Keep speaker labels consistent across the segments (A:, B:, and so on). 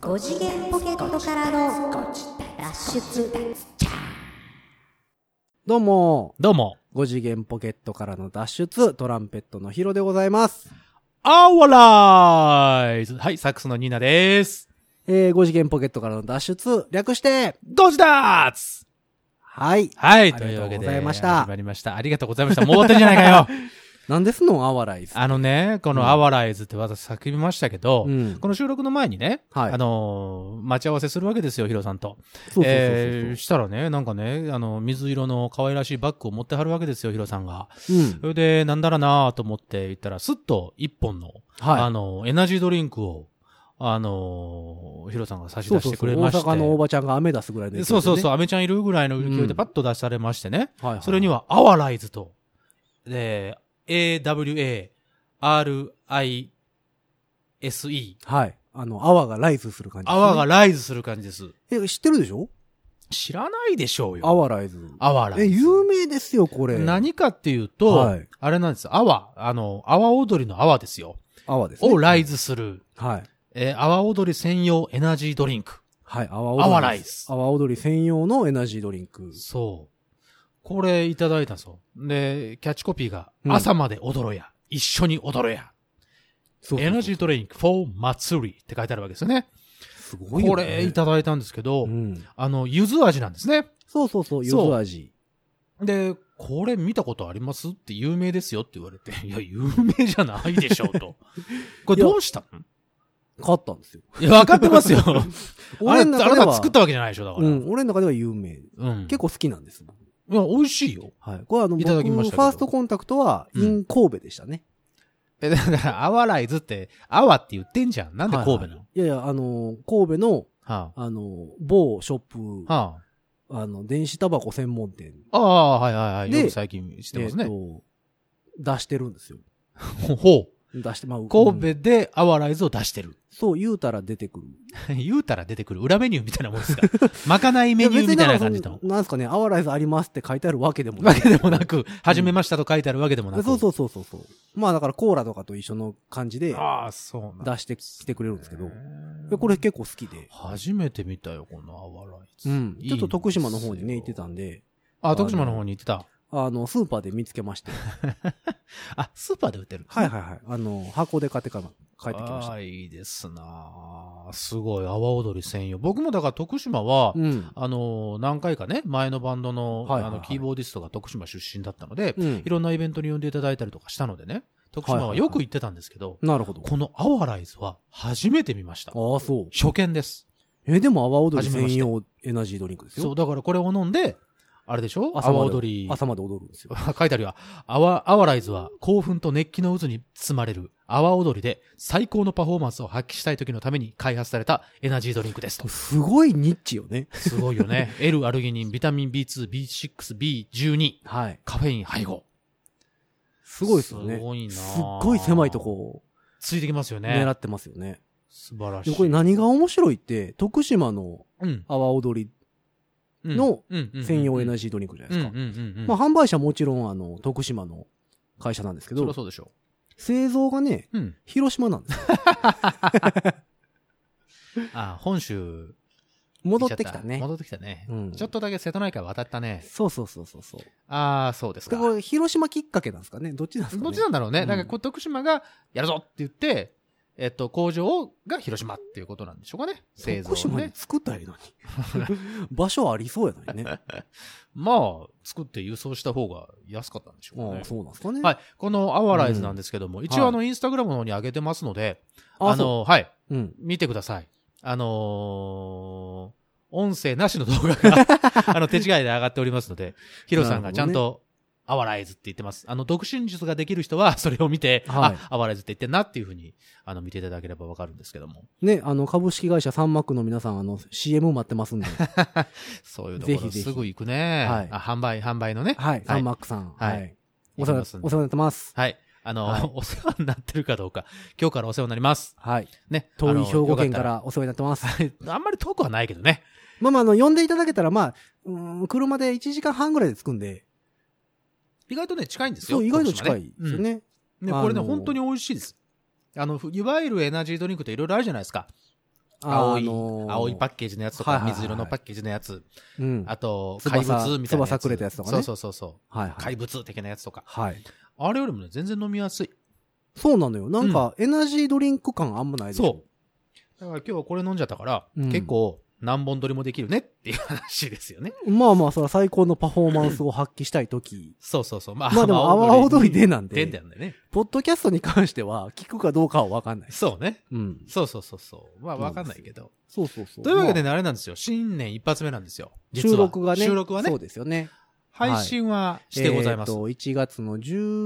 A: 5次元ポケットからの脱出
B: どうも、
C: どうも。
B: 5次元ポケットからの脱出、トランペットのヒロでございます。
C: アワライズはい、サックスのニーナです。
B: えー、5次元ポケットからの脱出、略して、
C: ドジダーツ
B: はい。
C: はい、
B: あ
C: と
B: り
C: い
B: がとう
C: うわけ
B: ご
C: で。
B: ざいました
C: 始まり ました。ありがとうございました。戻ってんじゃないかよ。
B: なんですのアワライズ。
C: あのね、こ
B: うん
C: のアワライズって私叫びましたけど、
B: うん。
C: この収録の前にね、
B: はい
C: あのー待ち合わせするわけですよ、ヒロさんと。
B: そうそうそうそう。
C: えーしたらね、なんかね、あの、水色の可愛らしいバッグを持ってはるわけですよ、ヒロさんが。
B: うん
C: そ。れで、なんだらなぁと思って言ったら、すっと一本の、あ
B: は
C: の、エナジードリンクを、あのーヒロさんが差
B: い。
C: し
B: そう
C: 出
B: そう
C: して
B: そう。
C: くれ
B: 大
C: まして。
B: 阪のおばちゃんが雨出すぐらいの勢いでね。
C: そうそうそう、
B: は
C: アメちゃんいるぐらいの勢いでパッと出されましてね。
B: いはい。
C: それには、アワライズと、で、AWA、RISE。
B: はい。あの、泡がライズする感じです
C: ア
B: ね、
C: ワがライズする感じです。
B: え、知ってるでしょ
C: 知らないでしょうよ。
B: アワライズ。
C: アワラ
B: え、
C: イズ。
B: 有名ですよ、これ。
C: 何かっていうと、
B: はい
C: あれなんです。アワ、あの、アワ踊りのアワですよ。
B: 泡です、ね。
C: をライズする、
B: はい。
C: えー、アワ踊り専用エナジードリンク。
B: はい、阿波踊り。
C: 泡ライズ
B: 泡踊り専用のエナジードリンク。
C: そう。これいただいたんですよ。で、キャッチコピーが、
B: うん
C: 朝まで踊ろうや。一緒に踊ろうや。
B: そうそうそう
C: エナジードリンク for 祭りって書いてあるわけですよね。
B: すごいよね
C: これいただいたんですけど、
B: うん。
C: あの、柚子味なんですね。
B: そうそうそう、ゆず
C: そう
B: 味。
C: で、これ見たことありますって有名ですよって言われ て、いや、有名じゃ ないでしょうと。これどうしたの
B: 買ったんですよ。
C: いや、わかってますよ。 あれ、
B: 俺
C: あ
B: の
C: な
B: 中で
C: た
B: は、
C: 作ったわけじゃないでしょ、だか
B: う
C: ら。
B: ん、俺の中では有名。
C: うん。
B: 結構好きなんです。
C: いや、美味しいよ。
B: はい。これはあの、
C: い
B: 僕、
C: た
B: フ
C: だきま
B: ァ
C: したけど
B: ーストコンタクトは、
C: うん
B: イン神戸でしたね。
C: え、だから、アワライズって、アワって言ってんじゃん。なんで神戸なの、
B: はいはいいやいや、あの、神戸の、
C: は
B: あの、某ショップ、
C: あ、は
B: あの、電子タバコ専門店。
C: あ、ああ、はいはいはい。
B: で
C: よく最近してますね。
B: と、出してるんですよ。
C: ほ
B: 出して、まあ、
C: う。
B: うん
C: 神戸でアワライズを出してる。
B: そう、言うたら出てくる。
C: 言うたら出てくる裏メニューみたいなもんですか まかないメニューみたいな感じ
B: や別。に
C: と
B: なんかそのなんすかね、アワライズありますって書いてあるわけでもな
C: わ
B: い。
C: けでもなく、始めましたと書いてあるわけでもなく。
B: そうそうそうそうそう。まあだからコーラとかと一緒の感じで
C: ああ、そうなんだ
B: 出してきてくれるんですけど、
C: ね
B: でこれ結構好きで。
C: 初めて見たよ、このアワライズ。
B: うん。
C: いい
B: ちょっと徳島の方にね、行ってた
C: んで
B: んで、
C: すよ。あ、徳島の方に行ってた。
B: あの、スーパーで見つけま して。
C: あ、スーパーで売ってる。
B: はいはいはい。あの、箱で買ってから帰ってきまし
C: あ
B: た。
C: ーいいですなあすごい、阿波踊り専用。僕もだから徳島は、
B: うん。
C: あのー、何回かね、前のバンドの、
B: はいはいはい
C: あの、キーボーディストが徳島出身だったので、
B: うん
C: い。ろんなイベントに呼んでいただいたりとかしたのでね、徳
B: はい
C: 島
B: は
C: はい
B: はい
C: よく行ってたんですけど、
B: なるほど。
C: このアワライズは初めて見ました。
B: ああ、そう。
C: 初見です。
B: え、でも、阿波踊り専用エナジードリンクですよ。
C: そう、だからこれを飲んで、あれでしょ阿
B: 朝ま
C: 波
B: で
C: 踊り。
B: 朝まで踊るんですよ。
C: 書いてあるよ。アワ、アワライズは興奮と熱気の渦に包まれるアワ踊りで最高のパフォーマンスを発揮したい時のために開発されたエナジードリンクですと。
B: すごいニッチよね。
C: すごいよ ね。L アルギニン、ビタミン B2、B6、B12、
B: はい。
C: カフェイン配合。
B: すごいですよね。
C: すごいなあ
B: すっごい狭いとこを
C: ついてきますよね。
B: 狙ってますよね。
C: 素晴らし
B: で
C: い。
B: これ何が面白いって、徳島の
C: うん、
B: 阿波踊
C: うん、
B: の
C: の
B: り専用エナ
C: ジ
B: ジードリンクじゃない
C: うん
B: です
C: うん
B: か。
C: うんうん。
B: まあ販売者もちろんあの、徳島の会社なんですけ
C: そりゃ
B: ど、
C: そうでしょ
B: 製造がね、
C: う。うん。
B: 広島なんです よ。
C: あ、本州。
B: 戻ってきたね。
C: 戻ってきたね。
B: うん
C: ちょっとだけ瀬戸内海渡ったね。
B: そうそうそうそうそう。
C: ああ、そうです
B: で
C: か。
B: これ広島きっかけなんですかねどっちなんですかね
C: どっちなんだろうね。
B: うん
C: だからこう、徳島が、やるぞって言って、えっと、工場をが広島っていうことなんでしょうかね。製造
B: 徳
C: を
B: 島に
C: ね。
B: 作ったらいいのに。 場所ありそうやの にね。
C: まあ、作って輸送した方が安かったんでしょうか
B: あ
C: ね
B: あ、。そうなんですかね。。
C: はいい。このアワライズなんですけども、一応あの、インスタグラムの方に上げてますので、
B: あ
C: あ
B: の、
C: の、はい。
B: うん。
C: 見てください。あのー音声なしの動画が、 あの、手違いで上がっておりますので、ヒロさんがちゃん
B: なる
C: と、アワライズって言ってます。あの、独身術ができる人は、それを見て、
B: はい
C: あ、アワライズって言ってんなっていうふうに、あの、見ていただければわかるんですけども。
B: ね、あの、株式会社サンマックの皆さん、あの、CM 待ってます んで。
C: そういうとこ
B: ぜひ
C: ろ
B: ぜひ
C: すぐ行くね。
B: はい
C: あ、販売、販売のね。
B: はい、サンマックさん。は
C: はい
B: い。お世
C: 行き
B: 話
C: ますんで
B: お世話になってます。
C: はい。あの、
B: はい
C: お世話になってるかどうか、今日からお世話になります。
B: はい。
C: ね。あ
B: 遠い
C: の
B: 兵庫県か。
C: よ
B: らお世話になってます。
C: ったらあんまり遠くはないけどね。
B: まあまあ、あの、呼んでいただけたら、まあ、うーん、車で1時間半ぐらいで着くんで、
C: 意外とね、近いんですよ。
B: そう、意外と近
C: 徳島
B: いですよね。
C: ね。うんね
B: あの
C: これね、本当に美味しいです。あの、ふいわゆるエナジードリンクっていろいろあるじゃないですか。青い、青いパッケージのやつと
B: は
C: か
B: い、はいはい
C: 水色のパッケージのやつ、
B: ッ、うん、
C: あと、怪
B: 翼
C: 物みたいなやつ。
B: 翼くれたやつとかね
C: そうそうそうそう。
B: はいはい。
C: 怪物的なやつとか。
B: はい。
C: あれよりもね、全然飲みやすい。
B: そうなのよ。なんか、エナジードリンク感あんまないでしょ。
C: そう。だから今日はこれ飲んじゃったから、
B: うん
C: 結構何本取りもできるねっていう話ですよね。。
B: う。まあまあ、それは最高のパフォーマンスを発揮したいとき
C: そうそうそう。ま
B: まあでも、泡踊りでなん
C: 出
B: で
C: んだ、よね。
B: ポッドキャストに関しては、聞くかどうかはわかんない。
C: そうね。
B: うん。
C: そうそうそうそう。まあ
B: そうなん
C: わ
B: です
C: かんないけど。
B: そうそうそう。
C: というわけで
B: ま
C: ね、あれなんですよ。新年一発目なんですよ。
B: あ、
C: 実
B: 収
C: は
B: 録がね。
C: 収録はね
B: そう。ですよね。
C: 配信はしてございます。
B: えーと、1月の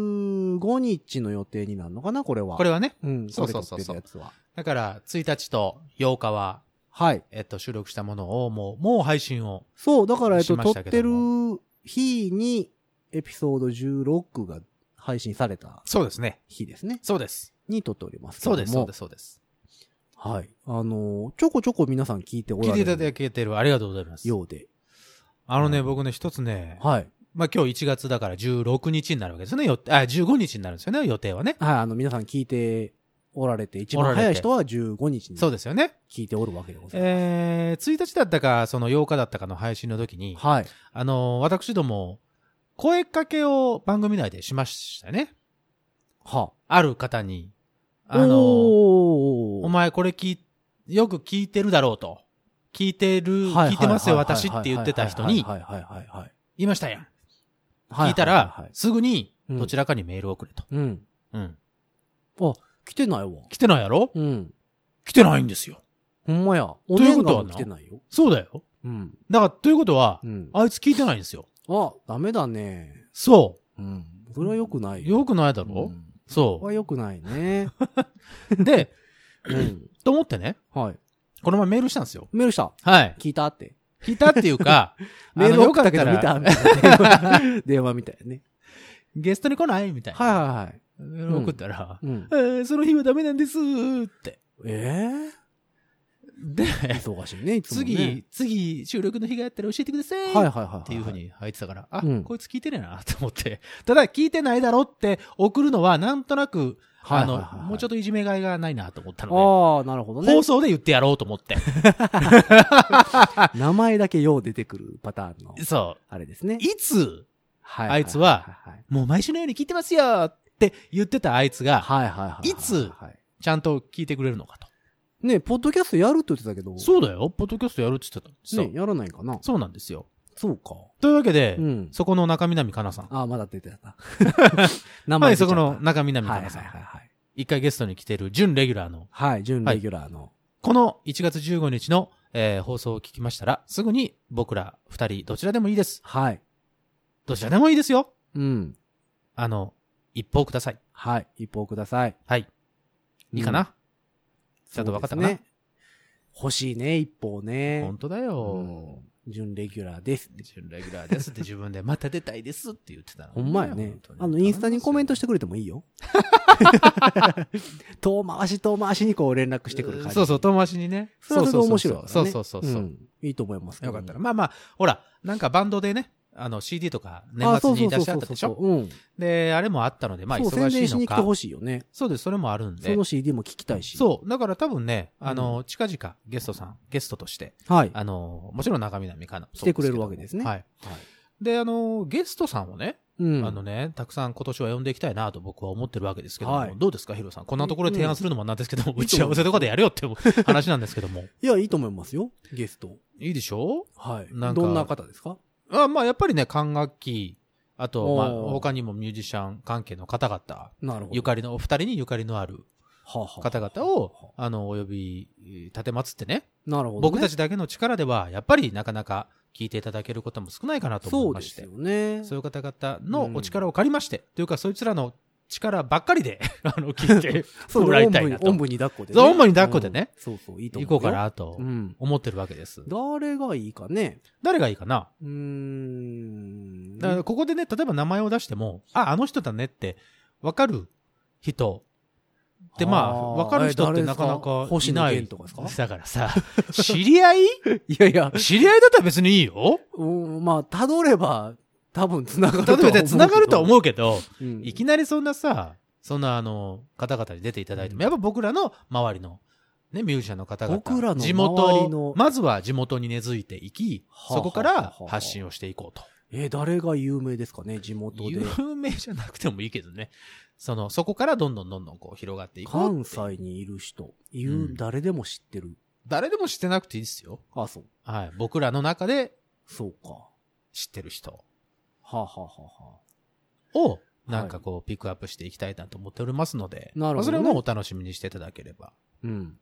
B: 15日の予定になるのかな、これは。
C: これはね。
B: うん、
C: そうそうそうそ
B: こ
C: う
B: れ撮ってるやつは。
C: だから、1日と8日は、
B: はい。
C: えっと、収録したものを、もう、もう配信を。
B: そう、だから、えっ
C: し
B: と、
C: ま
B: 撮
C: し
B: った
C: け
B: て
C: ど
B: る
C: も
B: 日に、エピソード16が配信された
C: そうですね。
B: 日ですね。
C: そうです。
B: に撮っておりますけ
C: そ
B: ど
C: う
B: も。
C: です、そうです、そうです。
B: はい。あのー、ちょこちょこ皆さん聞いてお
C: 聞い
B: ら
C: て
B: れ
C: いただ
B: る
C: けてる。ありがとうございます。
B: ようで。
C: あのね、僕ね、一つね、
B: はい。
C: まあ今日1月だから16日になるわけですよね。よあ、15日になるんですよね、予定はね。
B: はい、あの、皆さん聞いておられて、一
C: おら
B: 番
C: れて
B: 早い人は15日に
C: そうですよね。
B: 聞いておるわけでございま
C: えー、1日だったか、その8日だったかの配信の時に
B: す。、はい。
C: あのー、私ども、声かけを番組内でしましたね。
B: は
C: ある方に、
B: あ。
C: あのー、
B: おー
C: お前これ聞い、よく聞いてるだろうと。聞いてる、
B: は
C: 聞いてますよ、
B: はは
C: 私って言ってた人に、
B: はいはいはいはい
C: 言いましたやん。
B: はい。
C: 聞いた
B: ははは
C: ら
B: い、
C: すぐに、
B: うん
C: どちらかにメールを送れと。
B: うん。
C: うん。
B: 来てないわ。
C: 来てないやろ
B: うん。
C: 来てないんですよ。
B: ほんまや。お
C: という
B: 年
C: こと
B: 賀
C: は
B: も
C: な
B: 来てないよ。
C: そうだよ。
B: うん。
C: だから、ということは
B: う、ん。
C: あいつ聞いてないんですよ。
B: あ、ダメだね。
C: そ
B: うん。それは良くな
C: う。
B: い。
C: よくない
B: だ
C: だろ
B: それ
C: そ
B: は良くない ね。
C: う。で、
B: うん。
C: と思ってね、
B: はい。
C: この前メールしたんですよ。
B: メールした。
C: はい。
B: 聞いたって。、
C: 聞いたっていうか
B: メー
C: あの
B: ル送ったけど見
C: よか
B: た
C: ら
B: みたいな電話 電話みたいなね。
C: ゲストに来ないみたい
B: はい
C: な。
B: はいはい。
C: メール送ったら、
B: うん。
C: えーその日はダメなんですって。
B: え
C: で、
B: え忙しいね、いつも、ね。
C: 次、次、収録の日があったら教えてください。
B: はいはいはいはい。
C: っていうふう。に入ってたから、あ、
B: うん
C: こいつ聞いてねえなと思って。 ただ、聞いてないだろって送るのは、なんとなく、
B: はいは
C: あ
B: いはい
C: の
B: はい、
C: もうちょっといじめがいがないなと思ったの
B: ああ、なるほど
C: で、
B: ね
C: 放。送で言ってやろうと思 って。
B: 名前だけよう出てくるパターンの、
C: そ
B: あれですね
C: う。。いつ、
B: は
C: あいつは
B: はい
C: もう毎週のように聞いてますよって言ってたあいつが、
B: はいはいはい。
C: いつ
B: は
C: ちゃんと聞いてくれるのかと。
B: ねポッドキャストやるって言ってたけど。
C: そうだよ。ポッドキャストやるって言ってたんですよ
B: ね。やらないかな。
C: そうなんですよ。
B: そうか。
C: というわけで、
B: うん。
C: そこの中南かなさん。
B: ああ、まだ出てた。名
C: はい、
B: 出ちゃ
C: そ
B: っ
C: こ
B: た
C: の中南
B: は
C: か
B: いはい
C: なさ
B: はい
C: ん。
B: はい。
C: 一回ゲストに来てる準レギュラーの
B: はい、準レギュラーの。
C: この1月15日の、えー放送を聞きましたら、すぐに僕ら二人、どちらでもいいです。
B: はい。
C: どちらでもいいですよ。
B: うん。
C: あの、一報ください。
B: はい。一報ください。
C: はい。いいか
B: うん
C: な、ちゃんと分かったかな
B: そうですね欲しいね、一報ね
C: 本。当だよ。
B: うん準レギュラーです。
C: 準レギュラーですって自分で、また出たいですって言ってたの
B: ほんまやね
C: 本当。に
B: あの、インスタにコメントしてくれてもいいよ。遠回し遠回しにこう連絡してくる感じ。
C: そうそう、遠回しにね。
B: それはそれで面白いわね。
C: そうそうそうそう。
B: んいいと思いますけ
C: よ
B: ど。
C: かったら。まあまあ、ほら、なんかバンドでね、あの CD とか年末に出し合ったでし
B: あそうそうそうそう
C: ょ
B: そううん。
C: で、あれもあったので、まあ
B: そう、
C: 忙
B: 宣
C: し
B: 伝
C: い
B: しに
C: の
B: 来て
C: か。
B: ほしいよね。
C: そうです、それもあるんで。
B: その CD も聞きたいし。
C: そう。だから多分ね、あの、近々ゲストさん、ゲストとして、
B: う。はい。
C: あの、もちろん中南かな。
B: 来てくれるわけですね
C: はい。で、あの、ゲストさんをね、
B: うん。
C: あのね、たくさん今年は呼んでいきたいなと僕は思ってるわけですけども、
B: はい
C: どうですか、ヒロさん。こんなところで提案するのもなんですけども、
B: うん
C: 打ち合わせとかでやるよっていう話なんですけども。
B: いや、いいと思いますよ。ゲスト。
C: いいでしょ
B: はい。
C: なんか
B: どんな方ですか
C: あまあ、やっぱりね、管楽器、あ
B: お
C: と、
B: ー
C: まあ、他にもミュージシャン関係の方々、
B: なるほど。
C: ゆかりの、お二人にゆかりのある
B: はあはあ
C: 方々を、あの、お呼び、立てまつってね、
B: なるほどね。
C: 僕たちだけの力では、やっぱりなかなか聞いていただけることも少ないかなと思
B: そ
C: いうま
B: で
C: し
B: す
C: て、
B: よ
C: そう
B: ね。
C: いう方々のお力を借りまして、というか、そいつらの力ばっかりで、 あの、聞いて
B: そう
C: もらいたいな
B: おん
C: と。
B: ぶに抱っこで、
C: そうおんぶに抱っこでね
B: うんそうそう、いいと思
C: 行
B: う。
C: こうか。なと
B: うん。
C: 思ってるわけです。
B: 誰がいいかね。
C: 誰がいいかな
B: うーん。
C: だからここでね、例えば名前を出しても、あ、あの人だねって、わかる人。で、まあ、わかる人ってなかなかい
B: 星野
C: ない。
B: 源とかですか
C: だからさ、知り合い
B: いやいや、
C: 知り合いだったら別にい いよ。
B: うん、まあ、たどれば、多分繋がると
C: 例
B: は
C: えば、繋がるとは思うけど、
B: うん。
C: いきなりそんなさ、そんなあの、方々に出ていただいても、やっぱ僕らの周りの、ね、ミュージシャンの方々。
B: 僕らの
C: 地
B: 周り
C: 元
B: の、
C: まずは地元に根付いていき、
B: はあ
C: そこから発信をしていこうと。
B: えー誰が有名ですかね、地元で。
C: 有名じゃなくてもいいけどね。その、そこからどんどんどんどんこう広がっていこ
B: 関
C: うって。
B: 西にいる人、いううん誰でも知ってる。
C: 誰でも知ってなくていいですよ。
B: あ、そう。
C: はい。僕らの中で
B: そうか。は
C: 知ってる人
B: あ、はあはあは
C: を、なんかこう、ピックアップしていきたいなと思っておりますので。
B: なるほどね
C: まあそれもお楽しみにしていただければ。
B: あ、うん。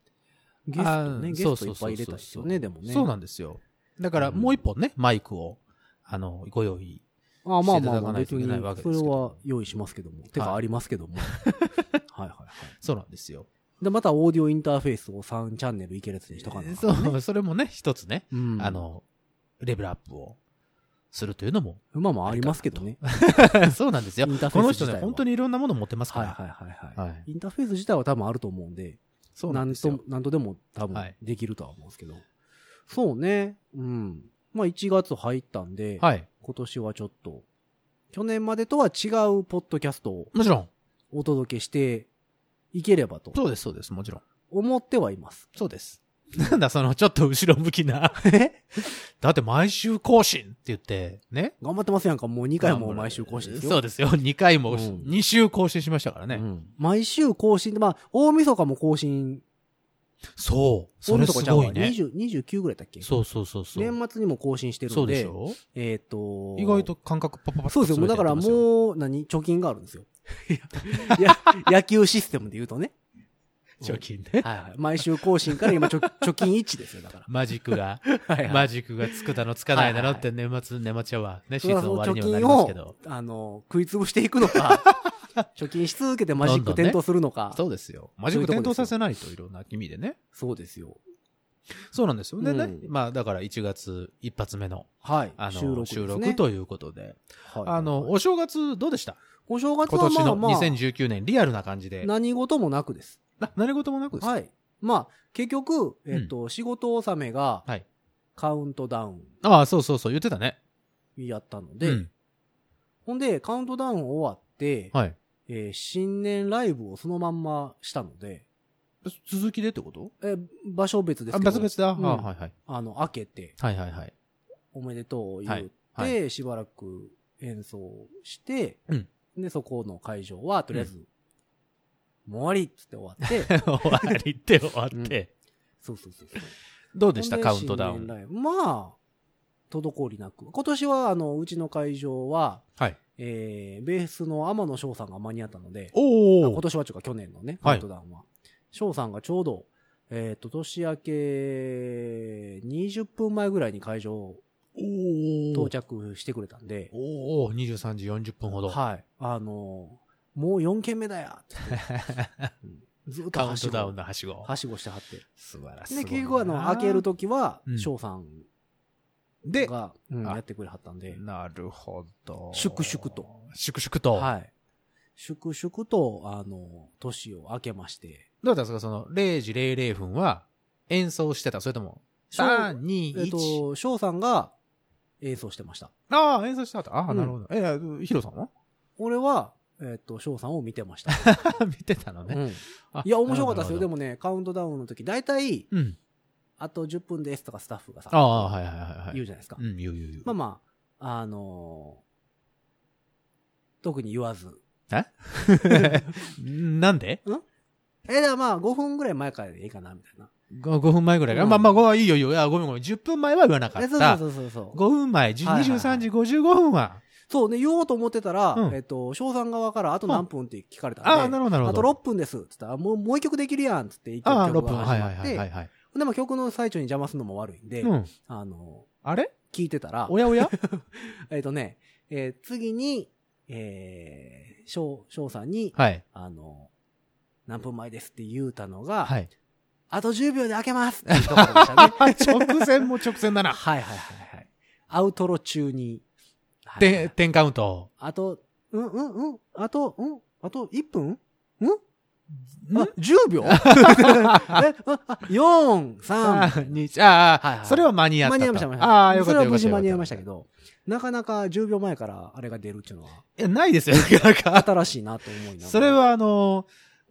B: ゲスト
C: あ
B: ね、
C: ー
B: ゲストいっぱい入れたいですよね、でもね。
C: そうなんですよ。だから、もう一本ね、マイクを、あの、ご用意。
B: あまあま
C: していた
B: あ
C: だ
B: ま
C: か
B: あ、
C: ないと
B: 別
C: い
B: に
C: けないわけ、
B: そ
C: で
B: れ
C: すけど
B: は用意しますけども。てか、
C: はい
B: ありますけど も。はいはいはい。
C: そうなんですよ。
B: で、またオーディオインターフェースを3チャンネルいけるやつにしとかなあかんね
C: そう、それもね、一つね、
B: うん。
C: あ、の、レベルアップをするという のも、
B: まあまあありますけどね。
C: そうなんです
B: イ
C: よ。
B: ンターフ
C: こ
B: ェ
C: の
B: ース自体
C: 人ね、
B: は
C: 本当にいろんなもの持ってますか
B: はい
C: ら。
B: はいはいは
C: はい
B: い。インターフェース自体は多分あると思うんで、
C: そうな
B: なんん
C: ですよ
B: と。、なんとでも多
C: は
B: 分
C: い
B: できるとは思うんですけど。そうね。うん。まあ1月入ったんで、
C: はい。
B: 今年はちょっと、去年までとは違うポッドキャストを
C: もちろん。
B: お届けしていければと
C: そうです、そうです、もちろん。
B: 思ってはいます。
C: そうです。なんだ、その、ちょっと後ろ向きな。 だって、毎週更新って言って、ね。
B: 頑張ってますやんか、もう2回も毎週更新ですよ。
C: そうですよ。2回も、
B: うん
C: 2週更新しましたからね。
B: うん毎週更新で、まあ、大晦日も更新、
C: そう。そ
B: 大
C: れ
B: 晦日
C: す
B: ちゃう
C: ご
B: わ
C: いね。
B: 20 29ぐらいだっけ
C: そうそうそうそう。
B: 年末にも更新してる
C: そ
B: の
C: うで
B: で、
C: しょ
B: えっ、と、
C: 意外と感覚パパパッと
B: そうですよ。もうだから
C: 詰めて
B: もう、何貯金があるんですよ。 いや、野球システムで言うと ね。
C: やってますよ貯金ね。
B: はいはい。毎週更新から今貯、 貯金1ですよ、だから。
C: マジックが、
B: はいはい
C: マジックがつくだのつかないだのって年末、年末やわ。ね、シーズン終わりにはな
B: 貯
C: り
B: 金
C: ます
B: を
C: けど。、
B: あの、食い潰していくのか、 貯金し続けてマジック転倒するのか。
C: そうですよ。マジック点灯させないといろんな意味でね。
B: そうですよ。
C: そうなんですよね。
B: うん
C: ねまあだから1月一発目の
B: はい
C: あ。の
B: 収録ですね。
C: ということで。
B: はい
C: あの、お正月どうでした
B: お正月
C: 今
B: は
C: 年
B: まあ
C: の
B: まあ、
C: 2019年リアルな感じで。
B: 何事もなくです。
C: な何事もなくですか
B: はい。まあ、結局、えっと、仕事納めが
C: はい。
B: カウントダウン
C: ああ、そうそうそう、言ってたね。
B: やったの
C: う
B: で
C: ん、
B: ほんで、カウントダウン終わって、
C: はい。
B: えー新年ライブをそのまんましたので、
C: 続きでってこと
B: えー場所別です
C: あ、
B: けど、
C: 別々だ。あ
B: うん
C: はいはい。
B: あの、開けて、
C: はいはいはい。
B: おめでとう言って、
C: はい
B: しばらく演奏して、
C: うん
B: で、そこの会場は、とりあえず、もう終わりっつって終わ って、
C: 終わりって終わって。
B: そうそうそうそう。
C: どうでした
B: ほん
C: カウントダウ
B: 新
C: ン。
B: 年ライブまあ、滞りなく。今年は、あの、うちの会場は、
C: はい。
B: えー、ベースの天野翔さんが間に合ったので、あ
C: お
B: 今。年はというか去年のね、カ
C: は
B: ウ
C: い
B: ントダウンは。翔、さんがちょうど、えっ、と、年明け20分前ぐらいに会場
C: お
B: 到着してくれたんで、
C: おお23時40分ほど。
B: はい。あのーもう4軒目だよ って言ってうんずっと
C: カウ
B: は
C: ン
B: し
C: ト
B: ご
C: ダウンのはしご。
B: はしごしてはって。
C: 素晴ら
B: で、結局あの、開ける。ときは
C: う、ん
B: 翔さん
C: で、
B: が、うん
C: あ
B: やってくれはったんで、
C: なるほど。
B: 粛々と。
C: 粛々と。
B: はい。粛々と、あの、年を明けまして、
C: どうだったんですかその、0時00分は演奏してたそれとも、
B: 翔
C: 3、2、
B: えっ
C: 1。
B: と、翔さんが演奏してました。
C: ああ、演奏してなかった。あ
B: う
C: あ、
B: ん
C: なるほど。え、ヒロさんは
B: 俺は、えっと、翔さんを見てました。
C: 見てたの
B: う
C: ね。
B: ん
C: あ
B: いや、面白かったですよ。で。
C: なる
B: もね、カウントダウンの時、大体、
C: ほどうん。
B: あと10分ですとかスタッフがさ、
C: ああ、はいはいはいはい。
B: 言うじゃないですか。
C: うん、言う言う言う。
B: まあまあ、あのー特に言わず。
C: なんで
B: え、だからまあ、5分ぐらい前からでいいかな、みたいな。
C: 5分前ぐらいから、
B: うん
C: まあまあ、ごはいいよいいよ。いや、ごめんごめん。10分前は言わなかっ
B: え
C: た。
B: そうそうそうそう。
C: 5分前、じゅ
B: はいはいはい
C: 23時55分は。
B: そうね、言おうと思ってたら、
C: うん
B: えっと、翔さん側からあと何分って聞かれたんで、
C: ああ、なるほど、なるほ
B: あ
C: ど。
B: と6分です。つったら、もう、もう一曲できるやん。つって、一曲
C: ああ、6
B: 曲
C: 分。
B: が
C: は
B: 始
C: い
B: ま
C: はい
B: っ
C: はいはい
B: て、
C: はい。
B: でも曲の最中に邪魔するのも悪いんで、
C: うん。
B: あの
C: あれ
B: ー聞いてたら
C: お、やおや
B: えっとね、えー次に、えー、翔、翔さんに、
C: はい。
B: あのー何分前ですって言うたのが、
C: はい。
B: あと10秒で開けますっていうところでしたね。
C: 直線も直線だ な。
B: はいはいはいはい。アウトロ中に。はいはいは
C: で、
B: い
C: 10カウント。
B: あと、うんうんうん。あと、うんあと1分うんあ、10秒 え、あ、あ4、
C: あ
B: 3。
C: ーにあー、
B: はいはい
C: それは間に合った
B: 間に
C: と。
B: 合いました、間に合いました。
C: ああ、よかった。
B: それは無事
C: よか
B: 間
C: った
B: に合いましたけ。ど、なかなか10秒前からあれが出るっていうのは、
C: いや、ないですよ、 なかなか。
B: 新しいなと思いながら。
C: それ。は、あの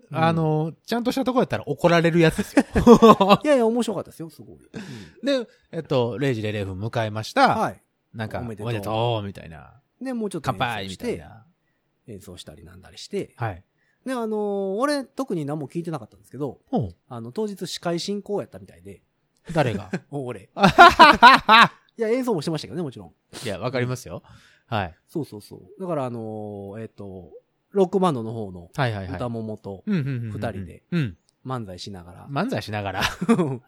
B: う
C: ー、
B: ん
C: あのー、ちゃんとしたとこやったら怒られるやつです よ。
B: いやいや、面白かったですよ、すごい。うん
C: で、えっと、0時00分迎えました。
B: はい。
C: なんか、
B: お
C: お
B: め
C: め
B: でと
C: で
B: う
C: とう、みたいな。
B: で、もうちょっと
C: 乾
B: 演奏
C: 杯、み
B: した
C: い
B: て、
C: な。
B: 演奏したりなんだりして、
C: はい。
B: で、あのー俺特に何も聞いてなかったんですけど、
C: ほう
B: あの、当日司会進行やったみたいで、
C: 誰 が
B: お俺。いや、演奏もしてましたけどね、もちろん。
C: いや、わかりますよ。はい。
B: そうそうそう。だから、あのーえっ、と、ロックバンドの方の
C: はいはいはい。
B: 歌ももと
C: うんうんうんうん。
B: 二人で
C: うん。
B: 漫才しながら、
C: 漫才し ながら。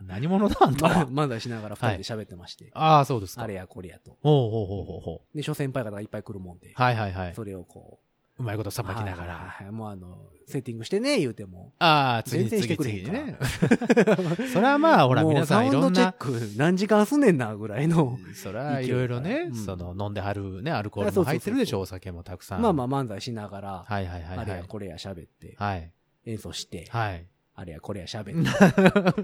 C: 何者だ、あんたは。
B: 漫才しながら二人で喋ってまして、
C: ああ、そうですか。
B: あれやこれやと。
C: ほうほうほうほうほ
B: で、諸先輩方がいっぱい来るもんで、
C: う。はいはいはい。
B: それをこ
C: うまいことさ
B: う、
C: ばきなが
B: はい
C: ら。
B: はいはいもうあの、セッティングしてね、言うても。
C: ああ、次
B: 全然して
C: 次
B: くれへ
C: 次
B: んか
C: ね。
B: ら。
C: それはまあ、ほら、
B: もう
C: 皆さんいろん
B: サウン
C: な、
B: ドチェック何時間すんねんな、ぐらいの。
C: それはいろいろ
B: 勢い
C: ね
B: がう、ん
C: その、飲んではるね、アルコールも入ってるでしょ、お酒もた くさん。
B: まあまあ漫才しながら、
C: はいはいはい
B: あれ
C: は
B: や
C: い。
B: これや喋って、
C: はい。
B: 演奏して、
C: はい。
B: あれやこれや喋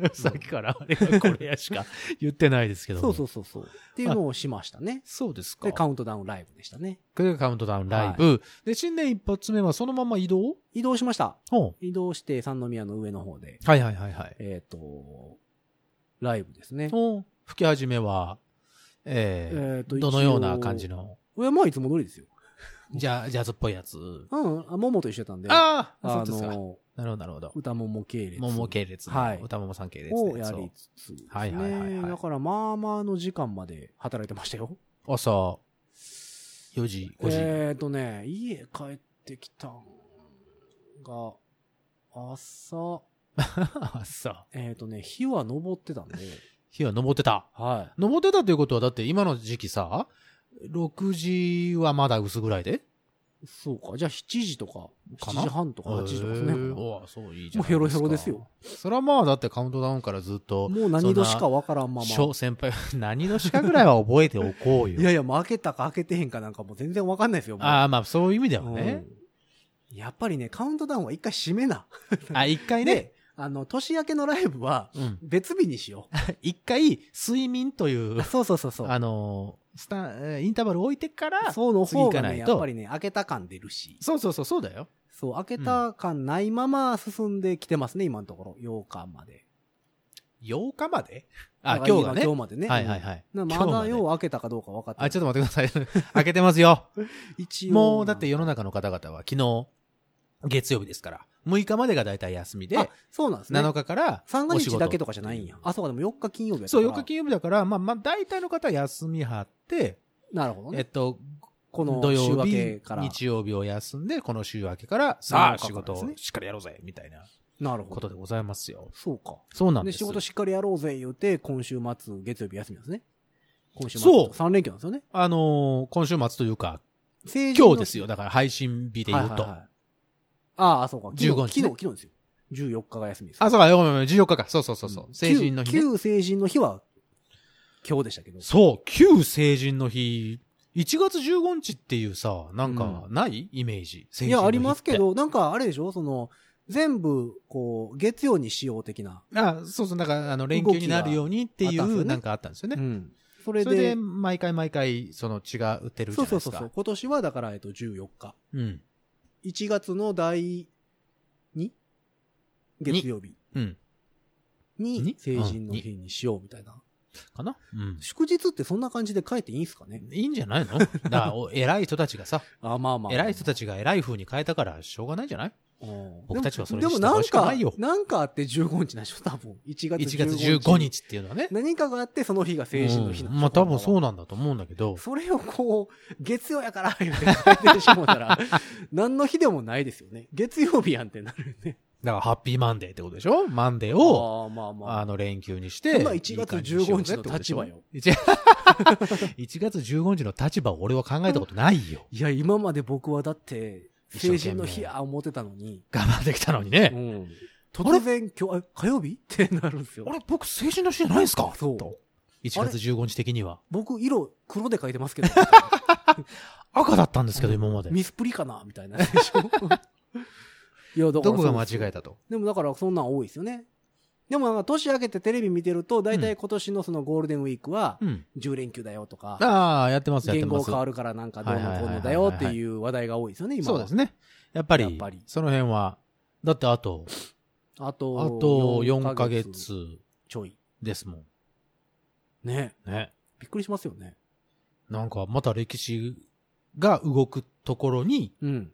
B: って。
C: さっきからあれがこれやしか言ってないですけども。
B: そうそうそうそう。っていうのをしましたね。
C: そうですか。
B: で、カウントダウンライブでしたね。
C: これがカウントダウンライブ。で、新年一発目はそのまま移動
B: 移動しました。
C: ほ
B: 移動して三宮の上の方で、
C: はいはいはいはい。
B: えっ、と、ライブですね。
C: ほう吹き始めは、えー
B: えーと
C: どのような感じの
B: 上まあいつも通りですよ。
C: ジャジャズっぽいやつ。
B: うん、あ、ももと一緒やったんで、
C: ああそ
B: あ
C: うですか。なる
B: の、
C: ほどなるほど。
B: 歌もも系列
C: もも系列
B: は
C: の
B: い、
C: 歌ももさん系列
B: を
C: の
B: や
C: やつを
B: りつつですね。
C: はいはいはいはい
B: だからまあまあの時間まで働いてましたよ。
C: 朝、4時、5時。
B: えっ、ー、とね、家帰ってきたんが、朝、
C: 朝。
B: えっ、ー、とね、日は昇ってたんで、
C: 日は登ってた。
B: は
C: 登ってたということは、だって今の時期さ、6時はまだ薄ぐらいで
B: い。そうか。じゃあ7時とか、
C: か
B: 7
C: な
B: 時半とか8時とかですね。
C: へーおーそう、いいじゃ
B: もう
C: ない
B: ヘロヘロですよ。
C: それはまあ、だってカウントダウンからずっと、
B: もう何年かわからんまま。
C: 小先輩、 何年かぐらいは覚えておこうよ。
B: いやいや、もう開けたか開けてへんかなんかもう全然わかんないですよ。もう
C: ああ、まあ、そういう意味だよね。
B: うんやっぱりね、カウントダウンは一回締めな。
C: あ、一回ね
B: で、、あの、年明けのライブは
C: うん
B: 別日にしよ
C: 一回、睡眠という
B: う。、そうそうそうそう。
C: あのー、スタえーインターバル置いてから、
B: そうの方
C: 次行か
B: が
C: な
B: ね、
C: い
B: や
C: と
B: っぱりね、開けた感出るし。
C: そうそうそう、そうだよ。
B: そう、開けた感ないまま進んできてますね、今のところ。8日まで。
C: 8日まで
B: だ
C: あ、
B: から
C: 今日がね。
B: 今日までね。
C: はいはいはい。
B: なま
C: 今日ま
B: だ
C: で
B: よう開けたかどうか分かってない。
C: あ、ちょっと待ってください。開けてますよ。
B: 一応。
C: もう、だって世の中の方々は昨日、月曜日ですから、6日までが大体休みで、
B: あ、そうなんですね。
C: 7日から、
B: 三が
C: お仕
B: 日
C: 事
B: だけとかじゃないんや。あ、そうか、でも4日金曜日やった
C: そ
B: か
C: う、
B: ら
C: 4日金曜日だから、まあ、まあ、大体の方は休み張って、
B: なるほど
C: えっ
B: ね。
C: と、
B: この
C: 土
B: 週
C: 曜
B: 明け
C: 日
B: から。、
C: 日曜日を休んで、この週明けから、さ
B: 7
C: あ、
B: 日か
C: 仕
B: ら
C: 事
B: ですね
C: をしっかりやろうぜ、みたいな
B: なるほ
C: ことで
B: ど。
C: ございますよ。
B: そうか。
C: そうなん
B: で、
C: です。
B: 仕事しっかりやろうぜ言うて、今週末、月曜日休みなんですね。今週末。
C: そう
B: 3連休なんですよね。
C: あのー今週末というか、
B: 成人の
C: 今日ですよ。だから配信日で言うと。
B: はいはいはいああ、そうか。昨日
C: 15日ね
B: 昨日、昨日ですよ。14日が休みです。
C: あ、そうか、ごめんごめん、14日か。そうそうそうそう、成人の日、ね。
B: 旧旧成人の日は、今日でしたけど。
C: そう、旧成人の日。1月15日っていうさ、なんか、ない、イメージ。成
B: い
C: 人の日って
B: や、ありますけ。ど、なんかあれでしょその、全部、こう、月曜にしよう的な。
C: あそうそう、なんか、あの、連休になるようにってい
B: 動きがあったんですよ
C: う、
B: ね
C: なんかあったんですよね。
B: うん。それ
C: それで、
B: で、
C: 毎回毎回、その違うてるじ
B: そう
C: ゃない
B: そ
C: で
B: う
C: す
B: そう
C: か。
B: そう。今年はだから、えっと、14日。
C: うん。
B: 1月の第 2? 月曜日
C: うん。
B: に
C: に
B: 成人の日にしようみたいな。
C: かなうん。
B: 祝日ってそんな感じで書いていいんすかね
C: いいんじゃ ないのだからお偉い人たちがさ、
B: あ、まあまあ。
C: 偉い人たちが偉い風に変えたから、しょうがないんじゃない
B: うん
C: 僕たちはそれ
B: でも
C: に
B: で
C: 従
B: もな
C: うんしか
B: か
C: ないよ、
B: なんかあって15日なんでしょ多分。1月15
C: ?1
B: 日。
C: 月15。日っていうのはね。
B: 何かがあってその日が成人の日な
C: うん
B: でしょ
C: んまあ多分
B: う
C: そうなんだと思うんだけど。
B: それをこう、月曜やから言って書いてしまうた ら、何の日でもないですよね。月曜日やんってなるよね。
C: だから、ハッピーマンデーってことでしょマンデーを、
B: あー、まあま
C: あ
B: あ。
C: の、連休にして。
B: 今1月15日の立場よ
C: いい感じにしようぜってことでしょ。1月15日の立場を俺は考えたことないよ。
B: いや、今まで僕はだって、
C: 一生懸
B: 成
C: 命
B: 人の日や思ってたのに、
C: 我慢できたのに
B: う
C: ね。
B: ん突然今日、え火曜日ってなるんですよ
C: あ。れ、僕、成人の日じゃないですか
B: そう
C: と ?1 月15日的には。
B: 僕、色黒で書いてますけど、
C: 赤だったんですけど、今まで。
B: ミスプリかなみたいなでしょ。いや、ど
C: どこが間違え
B: た
C: たと。
B: でもだからそんなん多いですよね。でもなんか年明けてテレビ見てると、大体今年のそのゴールデンウィークは、
C: うん。
B: 10連休だよとか、
C: ああ、やってます、やって
B: 言
C: ま
B: 語
C: す
B: 変。わるからなんかどうのこうのだよっていう話題が多いですよね、今は
C: そうですね。やっぱり、
B: やっぱり
C: その辺は、だってあと、
B: あ
C: あ
B: と、
C: と4ヶ月
B: ちょい。
C: ですも
B: ね。
C: ん。ね。
B: びっくりしますよね。
C: なんか、また歴史が動くところに
B: うん。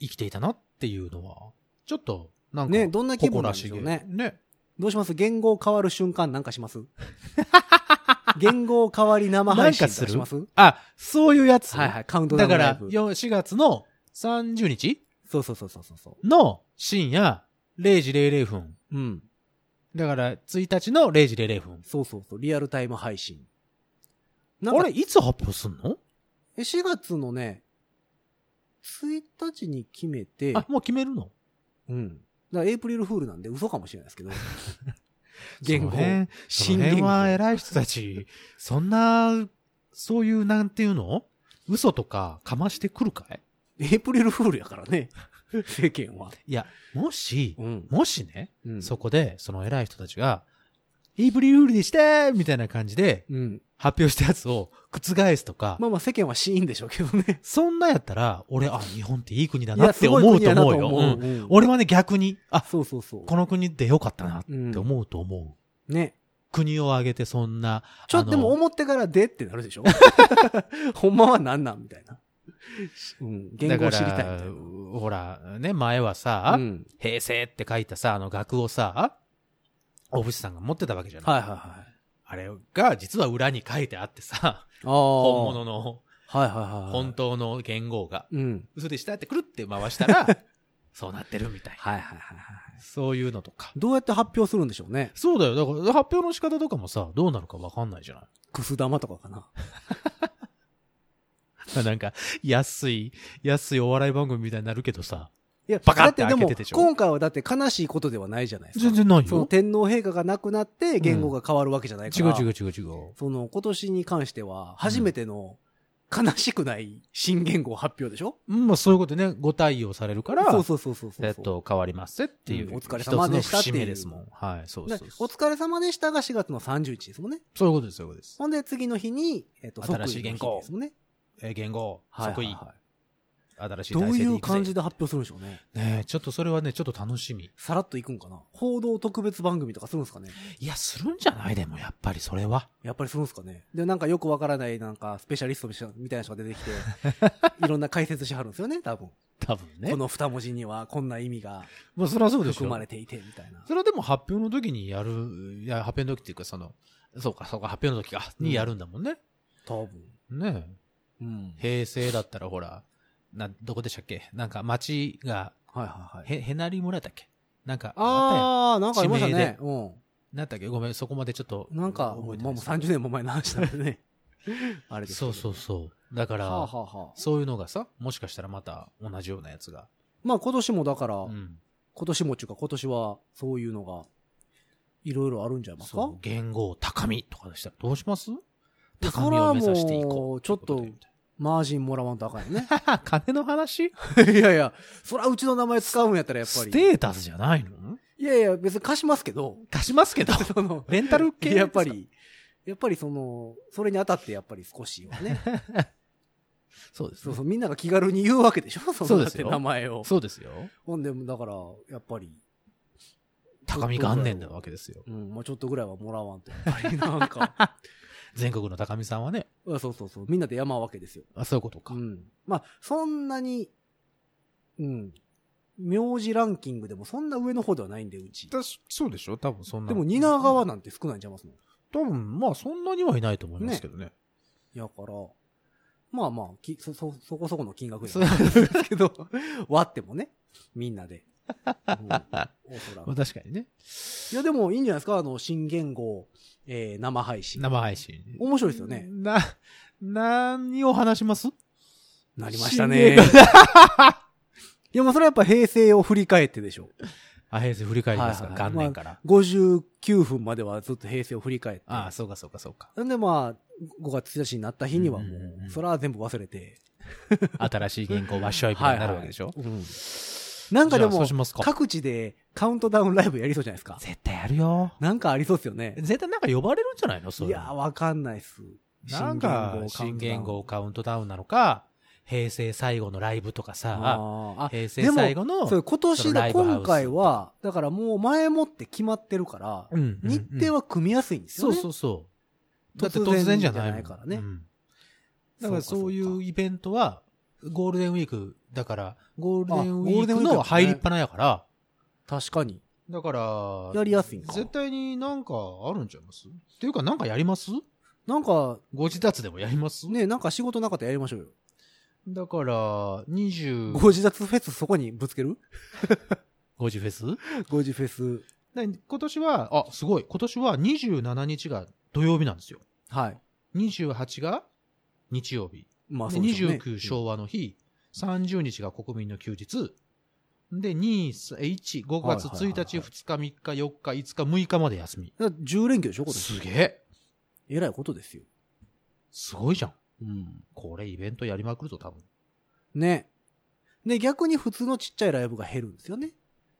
C: 生きていたなっていうのは、ちょっと、なんか、
B: ね、どんな気分なん
C: 誇ら
B: で
C: し
B: し
C: げ
B: ょうね。
C: ね。
B: どうします言語変わる瞬間なんかします 言語変わり生配信とかします
C: あ、そういうやつ。
B: はいはい、カウントダウ
C: だ
B: ンラ
C: か
B: イ
C: ら、
B: ブ
C: よ4月の30日
B: そうそうそうそうそ
C: の深夜0時00分。
B: う。うん。
C: だから、1日の0時00分。
B: そうそうそう、リアルタイム配信。
C: あ
B: なんか
C: れ、いつ発表すんの
B: え4月のね、1日に決めて、
C: あ、もう決めるの
B: うん。だからエイプリルフールなんで嘘かもしれないです けど。言語
C: その。辺そ
B: 新
C: の辺
B: 言語。
C: は偉い人たち、 そんな、そういう、なんていうの嘘とかかましてくるかい
B: エイプリルフールやから ね。世間は。
C: いや、もし、
B: うん。
C: もしね、
B: うん。
C: そこで、その偉い人たちが、イーブリルールでしてみたいな感じで、
B: うん。
C: 発表したやつを覆すとか、
B: まあまあ世間はシーンでしょうけどね。
C: そんなやったら、俺、あ、日本っていい国だ
B: い
C: な
B: や
C: って
B: す
C: 思
B: ごいう国
C: と
B: やな
C: 思うよ。うん
B: うん
C: 俺はね、逆に、あ、
B: そうそうそう。
C: この国でよかったなっ
B: うん
C: て思うと思う。
B: ね。
C: 国を挙げてそんな、
B: ちょ
C: あ
B: っ
C: の
B: とでも思ってからでってなるでし ょほんまはなんなんみたいな。うん。言語を知りたいみ
C: だ
B: たいな
C: から。ほら、ね、前はさ、
B: うん。
C: 平成って書いたさ、あの額をさ、小渕さんが持ってたわけじゃない。
B: はいはいはい。
C: あれが実は裏に書いてあってさ、
B: ああ。本
C: 本物の、
B: はいはいはいはい。
C: 本当の言語が、
B: うん。
C: 嘘でしたってくるって回した ら、そうなってるみたいな。
B: はいはいはいはい。
C: そういうのとか。
B: どうやって発表するんでしょうね。
C: そうだよ。だから発表の仕方とかもさ、どうなるかわかんないじゃない
B: くす玉とかかな。
C: なんか、安い、安いお笑い番組みたいになるけどさ。
B: いや、
C: バカって
B: だってで
C: 開
B: も
C: けてでしょ
B: 今回はだって悲しいことではないじゃないですか。
C: 全然ない
B: その
C: よ。
B: 天皇陛下が亡くなって言語が変わるわけじゃないか
C: 違う
B: ら。
C: 違
B: う。
C: う違う違う。
B: その今年に関しては、初めての悲しくない新言語発表でしょ、
C: うん、まあそういうことね、ご対応されるから、
B: そうそうそうそうそう。
C: えっと、変わりますっていう、
B: うんお疲れ様でしたっていう
C: 一つの節目ですもん。はい、そう
B: で
C: そうそ
B: お
C: う。
B: 疲れ様でしたが4月の31日ですもんね。
C: そういうことです、そういうことです。
B: ほんで次の日に、えっ、と、
C: 新しい言
B: 即位の日
C: 語
B: ですもんね。
C: えー言語、
B: はいは
C: 即
B: い
C: 位、
B: はい
C: 新しい
B: ど
C: 体
B: う
C: 制
B: い
C: で
B: う
C: いくぜ
B: 感じで発表するんでしょうね。
C: ねえちょっとそれはね、ちょっと楽しみ。
B: さらっといくんかな報道特別番組とかするんですかね
C: いや、するんじゃないでも、やっぱりそれは。
B: やっぱりするんですかねで、なんかよくわからない、なんか、スペシャリストみたいな人が出 てきて、いろんな解説しはるんですよね、多分。
C: 多分ね
B: こ。の二文字にはこんな意味が
C: まあ、それはそうでしょ
B: 含まれていて、みたいな。
C: それはでも発表の時にやる、いや、発表の時っていうか、その、そうか、そうか、発表の時か、
B: うん
C: にやるんだもんね。
B: 多分。
C: ね
B: うん
C: え。平成だったらほら、な、どこでしたっけなんか町が、
B: はいはいはい。
C: へ、へなり村だっけなんか、ったやん
B: あー、なんかありました
C: 地名
B: ね
C: で。
B: う
C: なんだっけごめん、そこまでちょっと。
B: ん。なんか、も
C: 覚
B: う
C: えてない
B: もう
C: です
B: 30年も前の話なんでね。 あれですけ
C: そ
B: ど
C: うそうそう。だから、
B: はあはあはあ。
C: そういうのがさ、もしかしたらまた同じようなやつが。
B: まあ今年もだから、
C: うん。
B: 今年もっていうか今年はそういうのが、いろいろあるんじゃないですか
C: そう。言語を高みとかでしたらどうします
B: や
C: 高みを目指して
B: そ
C: い
B: れはも
C: こう。
B: うちょっと
C: いうこで
B: マージンもらわんとあかんよ ね。
C: はは金の話
B: いやいや、そらうちの名前使うんやったらやっぱ
C: ス
B: り。
C: テータスじゃないの
B: いやいや、別に貸しますけ ど、
C: 貸しますけど。
B: その、
C: レンタル系ですか
B: やっぱ。り、やっぱりその、それに当たってやっぱり少しは ね。
C: そうです
B: そ
C: ね、
B: うそう、みんなが気軽に言うわけでしょそ
C: そう
B: のだ
C: で
B: っ
C: す
B: て
C: よ
B: 名前を。
C: そうですよ。
B: ほんで、だから、やっぱり、
C: 高み元年なわけですよ。
B: うん、まあちょっとぐらいはもらわんと。やっぱ りなんか、
C: 全国の高見さんはね、
B: うんそうそうそう、みんなで山わけですよ。
C: あそういうことか
B: う。ん。まあ、そんなに、うん。名字ランキングでもそんな上の方ではないんで、うち。
C: だそうでしょ多分そんな。
B: でも、蜷川なんて少ないんちゃいますの
C: 多分、まあそんなにはいないと思いますけどね。
B: やから、まあまあ、きそ、そ、そこそこの金額で
C: そ
B: す
C: う
B: けど、割ってもね、みんなで。うん、おそら
C: まあ
B: く。
C: 確かにね。
B: いや、でもいいんじゃないですかあの、新言語、えー、生配信。
C: 生配信。
B: 面白いですよね。
C: な、何を話します
B: なりました
C: 新
B: ね。 いや、まあそれはやっぱ平成を振り返ってでしょ。
C: あ、平成振り返りますか、
B: はいはいはい
C: 元年から。
B: 59分まではずっと平成を振り返って。
C: ああ、そうかそうかそうか。
B: なんでまあ、5月1日になった日にはも
C: うんうんうんうん
B: う、それは全部忘れて。
C: 新しい銀行ワッシュアイプになるわけでしょ、
B: はいはいうんなんかで
C: じゃあそ
B: も
C: うしますか、
B: 各地でカウントダウンライブやりそうじゃないですか。
C: 絶対やるよ。
B: なんかありそうですよね。
C: 絶対なんか呼ばれるんじゃないのそう
B: い
C: いう
B: や
C: の
B: ー、わかんないっす。
C: なんか、新元号カウントダウンなのか、平成最後のライブとか
B: カウントダウン
C: さ、
B: あーあ
C: 平成最後の、
B: そう、今
C: そ
B: 年
C: のラ
B: だ、
C: イブハウス
B: 今回は、だからもう前もって決まってるから、
C: うんうんうん
B: 日程は組みやすいんですよ
C: そう
B: ね。
C: そううそう。だって突然じゃないも
B: 突然じゃな
C: ん
B: いからね
C: うんだからそうい
B: そう
C: う
B: か
C: イベントは、ゴールデンウィーク、だから、ゴールデンウ
B: あゴー
C: ィ
B: ル
C: ー
B: デンウィーク
C: ク
B: だね
C: の入りっぱなやから、
B: 確かに。
C: だから、
B: やりやすいんか。
C: 絶対になんかあるんちゃいますっていうかなんかやります
B: なんか、
C: ご自立でもやります
B: ね、なんか仕事なかったらやりましょうよ。
C: だから、20、
B: ご自宅フェスそこにぶつける
C: 50フェス
B: ご自フェス。
C: で今年は、あ、すごい。今年は27日が土曜日なんですよ。
B: はい。
C: 28が日曜日。
B: まあ、
C: で
B: そうですよね。
C: 29昭和の日。30日が国民の休日。で、2、1、5月
B: はいはいはい
C: 1日、2日、3日、4日、5日、6日まで休み。
B: だから10連休でしょ、今年。
C: すげえ。
B: えらいことですよ。
C: すごいじゃん。
B: うん。
C: これイベントやりまくるぞ、多分。
B: ね。で、逆に普通のちっちゃいライブが減るんですよね。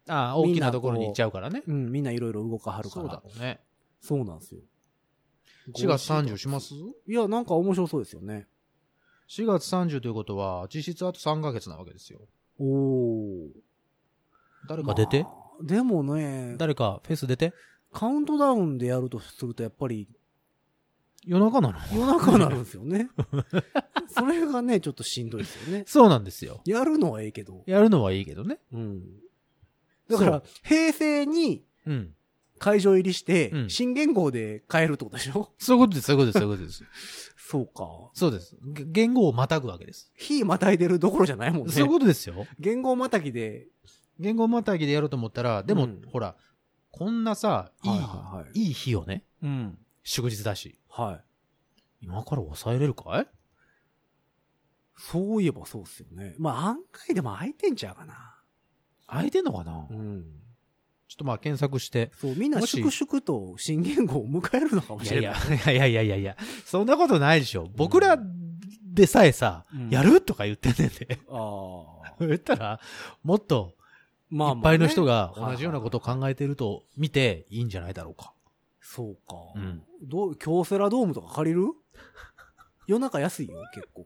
C: ああ、大きなところに行っちゃうからね。
B: うん、みんないろいろ動かはるか
C: そう
B: ら。
C: だろうね。
B: そうなんですよ。
C: 4月30します
B: いや、なんか面白そうですよね。
C: ?4 月30ということは、実質あと3ヶ月なわけですよ。
B: おお。
C: 誰か出て、
B: まあでもね、
C: 誰かフェス出て
B: カウントダウンでやるとするとやっぱり
C: 夜中なの
B: 夜中になるんですよ ね。それがね、ちょっとしんどいですよね。
C: そうなんですよ。
B: やるのはええけど。
C: やるのはいいけどね。
B: うん。だから、平成に
C: うん。
B: 会場入りして
C: う、ん
B: 新元号で変えるってことでしょ
C: そういうことです、そういうことです、そういうことです。
B: そうか。
C: そうです。げ言語をまたぐわけです。
B: 火またいでるどころじゃないもんね。
C: そういうことですよ。
B: 言語またぎで、
C: 言語またぎでやろうと思ったら、でも、
B: うん
C: ほら、こんなさ、いい、
B: はい
C: い、
B: はいはい
C: 日をね、
B: うん。
C: 祝日だし、
B: はい。
C: 今から抑えれるかい
B: そういえばそうっすよね。まあ案外でも空いてんちゃうかな。
C: 空いてんのかな、ちょ
B: ん。
C: っとまあ検索して。
B: そう、みんな
C: もし
B: 粛々と新言語を迎えるのかも
C: い
B: し
C: や
B: れ
C: い
B: ない。
C: や、いやいやいやいや、そんなことないでしょ。僕らでさえさ、
B: うん
C: やるとか言ってんねんで。
B: ああ。
C: 言ったら、もっと、
B: まあまあ、
C: いっぱいの人
B: が。
C: が同じようなことを考えてると見ていいんじゃないだろうか。
B: そうか。
C: うん
B: どう、京セラドームとか借りる夜中安いよ、結 構。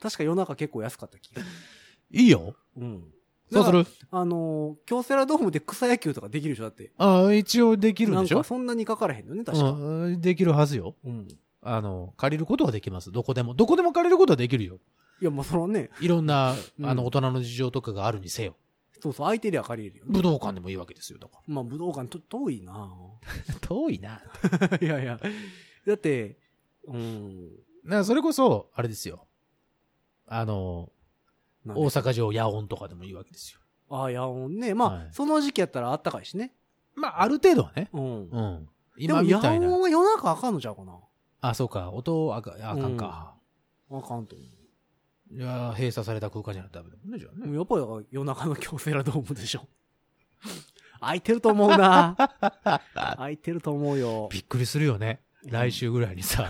B: 確か夜中結構安かった気がす
C: いいよ。
B: る。うん。
C: そ
B: だ
C: うす
B: か
C: る
B: らあのー、京セラドームで草野球とかできるでしょ、だって。
C: ああ、一応できるんでし
B: なん
C: ょ
B: かそんなにかからへんのね、確か。
C: うん、できるはずよ。
B: うん。
C: あの、借りることはできます。どこでも。どこでも借りることはできるよ。
B: いや、まあ、そのね、
C: いろんな、
B: うん
C: あの、大人の事情とかがあるにせよ。
B: そうそう、空いてりゃ借りれるよね。
C: 武道館でもいいわけですよ、だか
B: まあ、武道館と遠いな
C: ら。遠 いな。
B: いやいや。だって、うん。
C: な、それこそ、あれですよ。あの、
B: なんで
C: 大阪城野音とかでもいいわけですよ。
B: ああ、やおんね。まあ、
C: はい
B: その時期やったらあったかいしね。
C: まあ、ある程度はね。
B: うん。
C: うん。
B: で
C: 今
B: も、
C: み
B: や
C: たい
B: お
C: な。
B: んは夜中あかんのちゃうかな。
C: あ、そうか。音、あかああかんか。
B: あかんと思
C: いやー閉鎖された空間じゃなくてダメだもんね、じゃあ
B: う。
C: ね。
B: やっぱりだから夜中の京セラドームでし ょ。空いてると思うな。空いてると思うよ。
C: びっくりするよね。来週ぐらいに さ、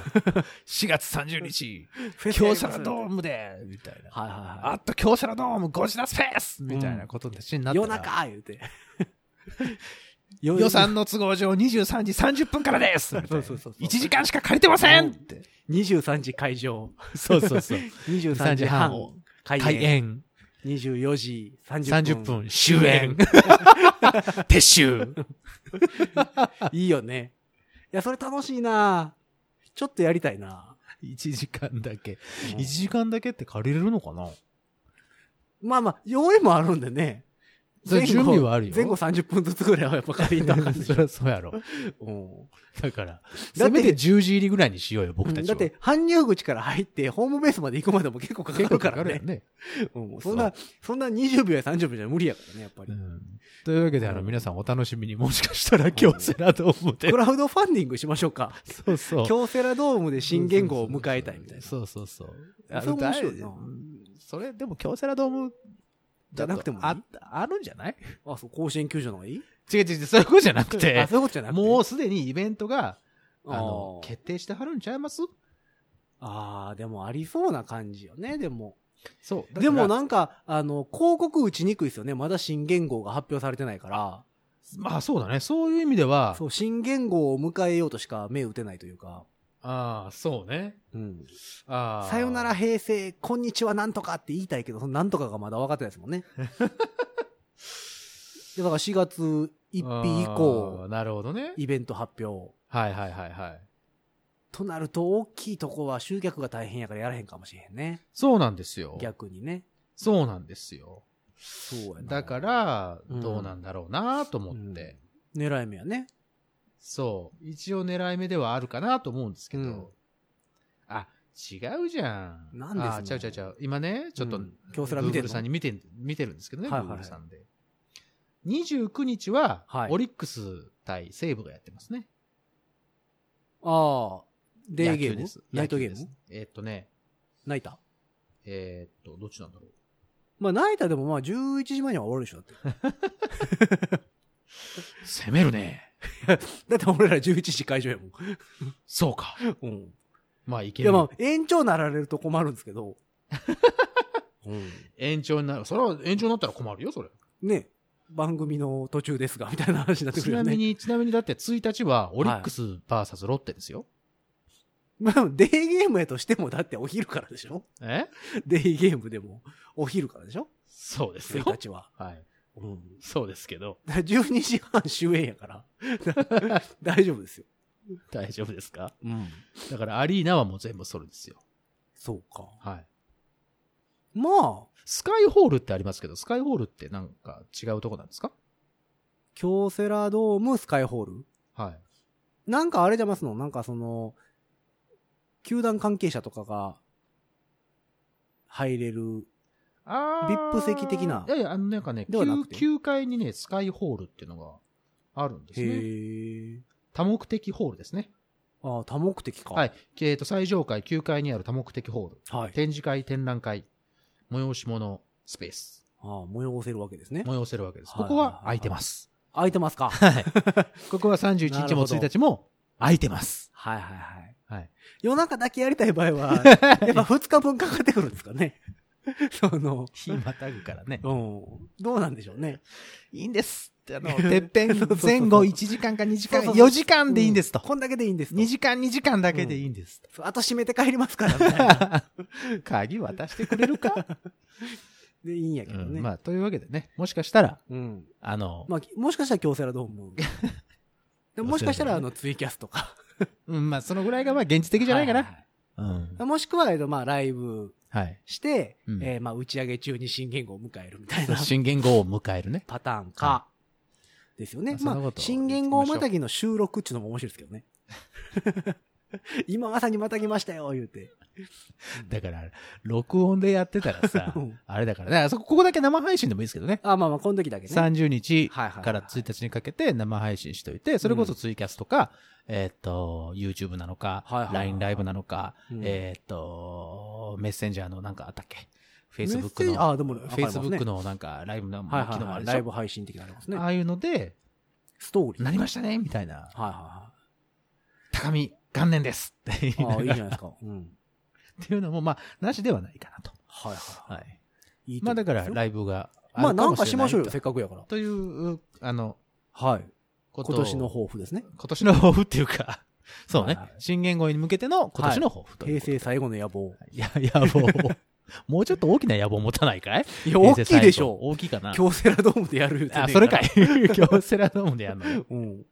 C: 4月30日、
B: フェスや
C: 京
B: ります
C: セラドームでみたいな。
B: はいはい
C: あ
B: は。
C: っと京セラドームゴジラスペースみたいなことでしにないったら
B: 夜中言うて。夜
C: 予算の都合上23時30分からですみたいな
B: そうそうそうそう
C: 1時間しか借りてませんって。
B: 23時会場。
C: そうそ うそう。
B: 23時半
C: を
B: 開
C: 開
B: 演。
C: 演。
B: 24時30
C: 30
B: 分。
C: 分終演。 撤収。
B: いいよね。いや、それ楽しいなちょっとやりたいな
C: 1時間だけ。
B: うん
C: 1時間だけって借りれるのかな
B: まあまあ、用意もあるんでね。
C: それ
B: 前後
C: 準備はあるよ
B: 前後30分ずつぐらいはやっぱ借りた感じ
C: そ。りゃそうやろ。
B: うん
C: だから、
B: だって
C: せめて10時入りぐらいにしようよ、僕たち
B: だ
C: は。
B: って、搬入口から入って、ホームベースまで行くまでも結構かか
C: 結
B: る
C: 構
B: か
C: かからるよ
B: ね。
C: ね。
B: うんそんな、そんな20秒や30秒じゃ無理やからね、やっぱ
C: う
B: り。
C: ん。というわけで、あの、皆さんお楽しみに、もしかしたら京セラドームで
B: ク。ラウドファンディングしましょうか。
C: そうそう。
B: 京セラドームで新言語を迎えたいみたいな。
C: そうそうそう。
B: あそれ面白いな
C: あのだそれ、でも京セラドーム、
B: じゃなくてもいい
C: あ、あるんじゃない
B: あ、そう、甲子園球場の方がいい
C: 違う違う違う、そういうことじゃなく
B: あ、
C: て、
B: そういうことじゃなくて。
C: もうすでにイベントが、あの、
B: あー
C: 決定してはるんちゃいます
B: あー、でもありそうな感じよね、でも。
C: そう。
B: でも
C: だか
B: なんか、あの、広告打ちにくいですよね。まだ新元号が発表されてないから。
C: ら、まあそうだね。そういう意味では、
B: そう、新元号を迎えようとしか目打てないというか。
C: ああ、そうね。
B: うん。
C: ああ。
B: さよなら。平成、こんにちはなんとかって言いたいけど、そのなんとかがまだ分かってないですもんね。 でだから4月1日以
C: あ
B: 降
C: ー、なるほどね。
B: イベント発表。
C: はいはいはいはい。
B: となると、大きいとこは集客が大変やからやらへんかもしれへんね。
C: そうなんですよ。
B: 逆にね。
C: そうなんですよ。
B: そうやな。
C: だか、ら、
B: うん
C: どうなんだろうなと思って、
B: 狙い目やね。
C: そう。一応狙い目ではあるかなと思うんですけど。
B: うん
C: あ、違うじゃん。
B: 何ですの
C: あ、ちゃうちゃうちゃう。今ね、ちょっと、
B: う
C: グ
B: ん京セラ見てる
C: Google
B: の
C: さんに見てん、見てるんですけどね、
B: はいはいはい
C: Google さんで。29日は、
B: はい
C: オリックス対西武がやってますね。
B: ああ、デー
C: 野
B: ゲ
C: 球
B: ーム
C: です
B: ナイトゲー
C: 野球
B: ム
C: ですえーっとね、
B: ナイター
C: えーっと、どっちなんだろう。
B: まあ、ナイターでもまあ、11時前には終わるでしょ。だって
C: 攻めるね。
B: だって俺ら11時会場やもん。
C: そうか。
B: うん。
C: まあ、い
B: い
C: ける
B: や。まあ、延長なられると困るんですけ ど。うん。
C: 延長になる。それは延長になったら困るよ、それ。
B: ね。番組の途中ですが、みたいな話になってく
C: ち
B: るよ
C: な
B: ね。
C: みに、ちなみにだって1日は、オリックス VS ロッテですよ。
B: まあ、デーゲームやとしても、だってお昼からでしょ
C: え
B: デーゲームでも、お昼からでしょ
C: そうですよ
B: ?1。日は。
C: はい。
B: うん。
C: そうですけど。
B: だから12時半終演やから。 大丈夫ですよ。
C: 大丈夫ですか
B: うん。
C: だから、アリーナはもう全部それですよ。
B: そうか。
C: はい。
B: まあ、
C: スカイホールってありますけど、スカイホールってなんか違うとこなんですか
B: 京セラドーム、スカイホール。
C: はい。
B: なんかあれじゃますのなんかその、球団関係者とかが入れる。
C: あ
B: ー VIP 席的ない
C: やいや、あの、なんかね、
B: ではなくて
C: 9, 階にね、スカイホールっていうのがあるんですね。
B: へえ。
C: 多目的ホールですね。
B: ああ、多目的か。
C: はい。。えっと、最上階9階にある多目的ホール。
B: はい。
C: 展示会、展覧会、催し物、スペース。
B: ああ、催せるわけですね。
C: 催せるわけです。
B: はい
C: ここは空いてます。
B: 空いてますか はい
C: はい。ここは31
B: な
C: 日
B: る
C: も
B: ほど
C: 1日も空いてます。
B: はいはい。
C: はい。
B: 夜中だけやりたい場合 は、やっぱ2日分かかってくるんですかね。 その、
C: 日またぐからね。
B: うん。どうなんでしょうね。
C: いいんです。あ の、
B: てっぺん前後一
C: 時間か2時
B: 間
C: 4
B: 四
C: 時間でいいんですと
B: う。こんだけでいいんですと。
C: 2時間2時間だ
B: け
C: け
B: で
C: で
B: い
C: い
B: い
C: いんです。
B: あと閉めて帰りますから、み たいな
C: 鍵渡してくれるか、
B: で、いいんやけどね。
C: まあ、というわけでね、もしかしたら、
B: うん。
C: あの、
B: まあ、もしかしたら京セラドーム。 でももしかしたら、あの、ツイキャスとか。
C: うん、まあ、そのぐらいがまあ、現実的じゃないかな。
B: は
C: うん
B: は。いもしくは、えっと、まあ、ライブ
C: はい。
B: して、
C: うん
B: えーまあ、打ち上げ中に新言語を迎えるみたいな
C: 新元号を迎えるね。
B: パターンか。
C: は
B: ですよね
C: ま。あそんな
B: まあ
C: こ、と
B: 新言語またぎの収録っていうのも面白いですけどね。 今まさにまたぎましたよ、言うて。、
C: だから、録音でやってたらさ
B: うん
C: あれだからね、あそこ、ここだけ生配信でもいいですけどね。
B: あ、まあまあ、この時だけね。
C: 30日
B: はいはいはい
C: から1日にかけて生配信しといて、それこそツイキャスとか、えーっと、YouTube なのか
B: はいはいは、い
C: LINE ライブなのか
B: うん、
C: えーっと、メッセンジャーのなんかあったっけ
B: メッセージ
C: ?Facebook の、
B: あ、でも、わかります
C: Facebook
B: ね。
C: のなんかライブの機
B: はいはい
C: 能もあ
B: は
C: る
B: い。ラ
C: でし
B: イ
C: ょ
B: ブ配信的なのありますね
C: あ。あいうので、
B: ストーリー。
C: なりましたねみたいな。
B: はいは
C: 高見元年ですって
B: い
C: 言い
B: はい。 ああ、いいじゃない
C: ながら
B: ですか。うん。
C: っていうのも、まあ、なしではないかなと。
B: はいはいは
C: はい。
B: い。いいと
C: ま
B: 思
C: あだか
B: い
C: ら
B: すよ
C: ライブが
B: まあ
C: る
B: なん
C: も
B: かしましょうよ、
C: れ
B: せ
C: ない
B: っかくやから。
C: という、あの、
B: はい。
C: ことを
B: 今年の抱負ですね。
C: 今年の抱負っていうか、 そう
B: は
C: ね
B: い。
C: 新元号に向けての今年の抱負とい
B: 平
C: うこと
B: 成
C: で。
B: 最後の野望。
C: いや、野望。もう ちょっと大きな野望持たないかい
B: いや、大
C: 平
B: きい
C: 成最後
B: でしょう。
C: 大きいかな。
B: 京セラドームでやる言うてんねん
C: あ、それかい。。 京セラドームでやるの
B: うん。
C: う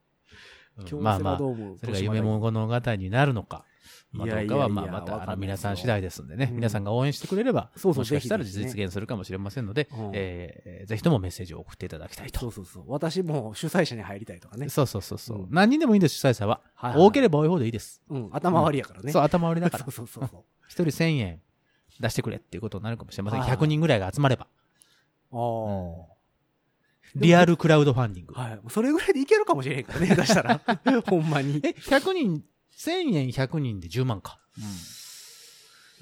B: 京
C: ん。まあ
B: セ
C: ま
B: ラ
C: あ、
B: ドーム。
C: それが夢物語になるのか。まあ、
B: いやいや
C: ど
B: いうや
C: かは、まあ、ま
B: わ
C: た、
B: かん
C: あ
B: ない
C: の、皆
B: ですよ
C: さん次第ですんでね、
B: うん
C: 皆さんが応援してくれれば、
B: そうそう
C: もしかしたら
B: ぜひぜひね
C: 実現するかもしれませんので、
B: うん
C: えーぜひともメッセージを送っていただきたいと
B: そうそうそう。私も主催者に入りたいとかね。
C: そうそうそうそ
B: う
C: う、
B: ん
C: 何人でもいいんです、主催者は。
B: はいはい
C: 多ければ多いほどいいです。
B: うん。頭割りやからね。
C: そう、頭割りだから
B: そ。うそうそうそう。
C: 一人1000円出してくれっていうことになるかもしれません。
B: はいはい
C: 100人ぐらいが集まれば。
B: あ
C: リアルクラウドファンディング
B: あ。。はい。それぐらいでいけるかもしれへんからね、出した ら。ほんまに。
C: え、100人、1000円100人で10万か。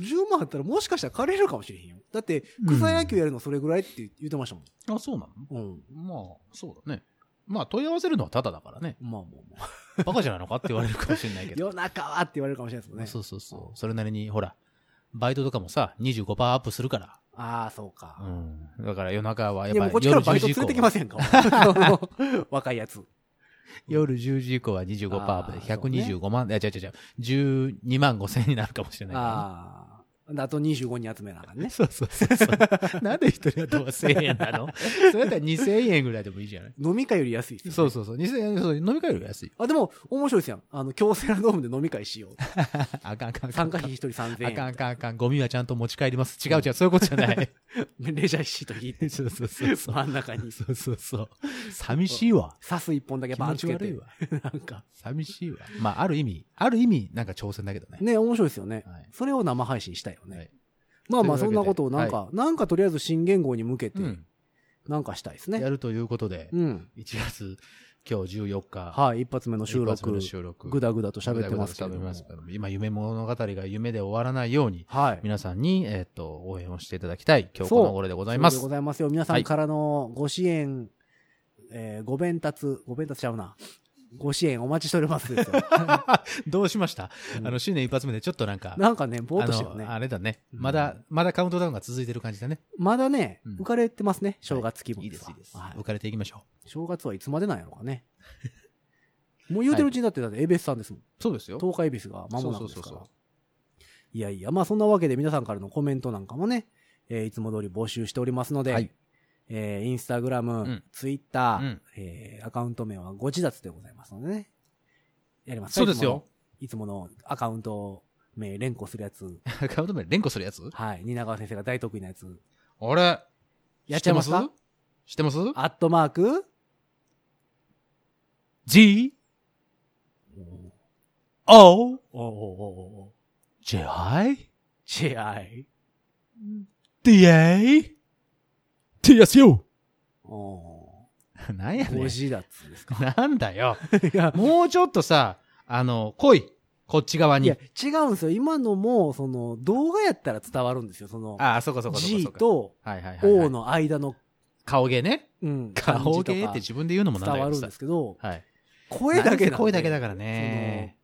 B: 10万あったらもしかしたら借りれるかもしれへんよ。だって、草野球やるのそれぐらいって言ってましたもん。
C: あ、そうな
B: うん。
C: のまあ、そうだね。まあ、問い合わせるのはタダだからね。
B: まあまあまあ。
C: バカじゃないのかって言われるかもしれないけど。
B: 夜中はって言われるかもしれないですもんね。
C: そうそうそう。それなりに、ほら、バイトとかもさ、25%アップするから、
B: ああ、そうか。
C: うん。だから夜中はや
B: でも
C: っ
B: う
C: ぱ
B: こっちから
C: 夜
B: バ
C: 10
B: イト
C: 時
B: 連
C: 以降
B: れてきませんか その若い やつ。
C: 夜10時以降は25%パー
B: あ
C: で
B: ー
C: 125万、いや違う違う違う、12万5千になるかもしれないか
B: ああ。あと25に集めなあかん
C: らね。
B: ね。
C: そうそうそう そう。なんで一人頭1000円なの それだったら2000円ぐらいでもいいじゃない
B: 飲み会より安いですよね
C: そうそうそう。2000円、そう飲み会より安いよ。
B: あ、でも、面白いですやん。あの、京セラドームで飲み会しよ う。
C: あかんあかんあかん。
B: 参加費一人3000
C: あ
B: 円。
C: かんあかんあかん。ゴミはちゃんと持ち帰ります。違う違う、そういうことじゃない。
B: レジャーシート引いて、
C: そうそうそうそう。
B: 真ん中に。
C: そうそうそう。寂しいわ。
B: 刺す一本だけ
C: 気
B: バー
C: 持
B: ンつ
C: ち
B: け
C: 悪
B: て
C: い。わ。
B: なんか。
C: 寂しいわ。まあ、ある意味、ある意味、なんか挑戦だけどね。
B: ね、面白いですよね。
C: はい
B: それを生配信したいよね。
C: はい
B: まあまあ、
C: とい
B: そん
C: う
B: な
C: わけで
B: ことをなんか、なんかとりあえず新元号に向けて
C: う、ん。
B: なんかしたいです
C: や
B: ね。
C: るということで、
B: うん。
C: 1月、今日14日、
B: はい、一発目の収
C: 一発
B: 録
C: 目の、収録
B: ぐだぐだと喋ってますけ
C: ぐだ
B: ど
C: ぐ
B: も
C: だと喋ります。けども今、夢物語が夢で終わらないように、
B: はい。
C: 皆さんに、えーっと、応援をしていただきたい、今日この頃でございま
B: そうですご。ざいますよ。皆さんからのご支援、えーご弁達、ご弁達ちゃうな。ご支援お待ちしておりますですよ
C: どうしました、
B: うん
C: あの、新年一発目でちょっとなんか、
B: なんかね、ぼーっ
C: あ
B: としてる
C: の、
B: ね。
C: あれだね。
B: うん
C: まだ、まだカウントダウンが続いてる感じだね。
B: まだね、
C: うん
B: 浮かれてますね、正月気分
C: いいで
B: は
C: す、いいです。
B: はい
C: 浮かれていきましょ
B: 正月はいつまでなんやろうかね。 もう言うてるうちにだって、だって、エベスさんですもん。
C: う。そうですよ
B: 東海エベスが間もなくです
C: そうそう
B: か
C: そう
B: ら
C: そう。
B: いやいや、まあそんなわけで皆さんからのコメントなんかもね、えーいつも通り募集しておりますので、
C: はい
B: えーインスタグラム、
C: ん
B: ツイッター、
C: うん
B: えーアカウント名はご自立でございますのでね。やりますか
C: そうですよ。。
B: いつものいつものアカウント名連呼するやつ。
C: カウン ト名連呼するやつ
B: はい。蜷川先生が大得意なやつ。
C: あれ
B: やっちゃいますか
C: 知ってます知ってます
B: アットマーク
C: ?G? O?
B: おおお
C: J? I?
B: ?J.I.
C: D? A? T? S? U?
B: お
C: なんや
B: ーご
C: ねん。
B: 自立ですか
C: なんだよ。
B: いや、
C: もうちょっとさ、あの、来い。こっち側
B: い
C: に
B: や。、違うんですよ。今のも、その、動画やったら伝わるんですよ。その、
C: ああ、そうかそうかそうか
B: G
C: そうか。
B: と
C: はいはいはいはい。
B: O の間の、
C: 顔芸ね。
B: うん、感
C: 顔
B: じと
C: 芸っ
B: か
C: て自分で言うのも
B: 伝
C: なんだけ
B: わ
C: ど
B: るん
C: さ
B: で。すけ ど、
C: はい。
B: 声だけなんで
C: 声だけだからね。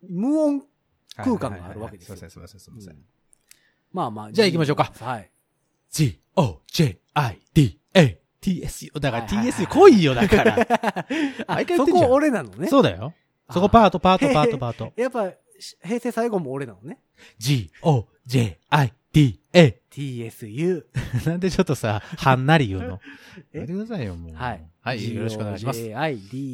B: その無音、
C: はいはい
B: 空
C: は
B: 間
C: い
B: があるわけですよ
C: すいません、すいません、すいません。
B: まあまあ。
C: じゃあ行きましょうか
B: はい。
C: G, O, J, I, D, A, T, S, U. だか
B: は
C: ら
B: いはい
C: T,
B: はい
C: S, U 来いよ、だから。
B: あ
C: 毎回言っ
B: そ
C: てんじゃん
B: こ俺なのね。
C: そうだよ。そこパート、パート、パー
B: へ
C: ト、
B: へ
C: パート。
B: やっぱ、し平成最後も俺なのね。
C: G, O, J, I, D, A。
B: TSU。
C: なんでちょっとさ、はんなり言うの。
B: え
C: やってくださいよ、もう。
B: はい。
C: はい、よろしくお願いします。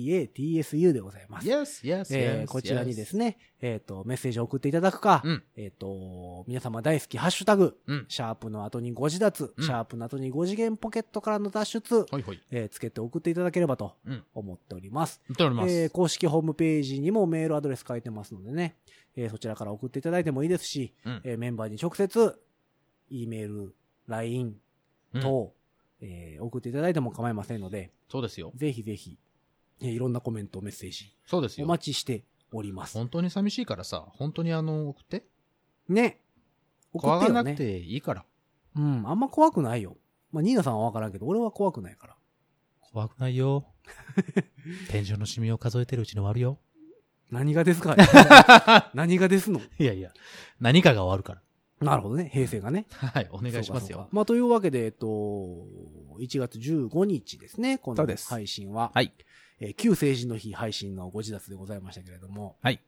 B: GOJIDATSU でございます。
C: Yes, yes,。
B: えーこちらにですすね、えっと、メッセージを送っていただくか
C: う、ん、
B: えっと、皆様大好き、ハッシュタグ、
C: うん。
B: シャープの後にご自立、
C: うん
B: シャープの後に5次元ポケットからの脱出、
C: ほいほい。
B: えーつけて送っていただければと
C: うん
B: 思っております。
C: 言っておりま
B: えー
C: す。
B: 公式ホームページにもメールアドレス書いてますのでね、えーそちらから送っていただいてもいいですし、
C: うん
B: えーメンバーに直接、E メール、LINE
C: うん
B: 等、えー送っていただいても構いませんので、
C: そうですよ。
B: ぜひぜひ、えーいろんなコメント、メッセージ、
C: そうです
B: お
C: よ。
B: 待ちしております。
C: 本当に寂しいからさ、本当にあの、送って。
B: ね。送
C: 怖
B: って
C: が
B: よ
C: らなく
B: ね。
C: ていいから。
B: うん、あんま怖くないよ。まあ、ニーナさんはわからんけど、俺は怖くないから。
C: 怖くな いよ。天井のシミを数えてるうちに終わるよ。
B: 何がです か何がですの
C: いやいや、何かが終わるか
B: なるほどね、平成がね。
C: ら。はい、お願いします
B: そうか
C: よ
B: そうか。まあ、というわけで、えっと、1月15日ですね、こ
C: そう
B: の
C: です
B: 配信は。
C: はい。
B: えー旧成人の日配信のご自立でございましたけれども。
C: はい。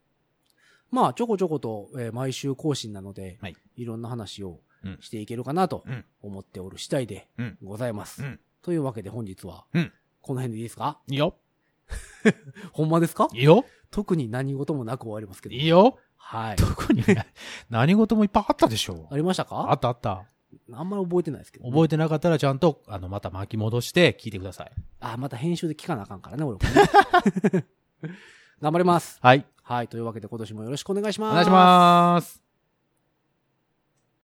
B: まあ、ちょこちょこと、えー毎週更新なので、
C: はい。
B: ろんな話を
C: うん
B: していけるかなと
C: うん
B: 思っておる次第で
C: うん
B: ございます。
C: うん
B: というわけで本日は、
C: うん
B: この辺でいいですか
C: いいよ。
B: ほんまですか
C: いいよ。
B: 特に何事もなく終わりますけど。
C: い いよ。
B: はい。
C: 特にね、何事もいっぱいあったでしょ
B: あ。りました
C: あ
B: か
C: ったあった。
B: あんまり覚えてないですけどね、
C: 覚えてなかったらちゃんと、あの、また巻き戻して聞いてください。
B: あ、また編集で聞かなあかんからね、俺もね 頑張ります。
C: はい。
B: はい。というわけで今年もよろしくお願いします。
C: お願いします。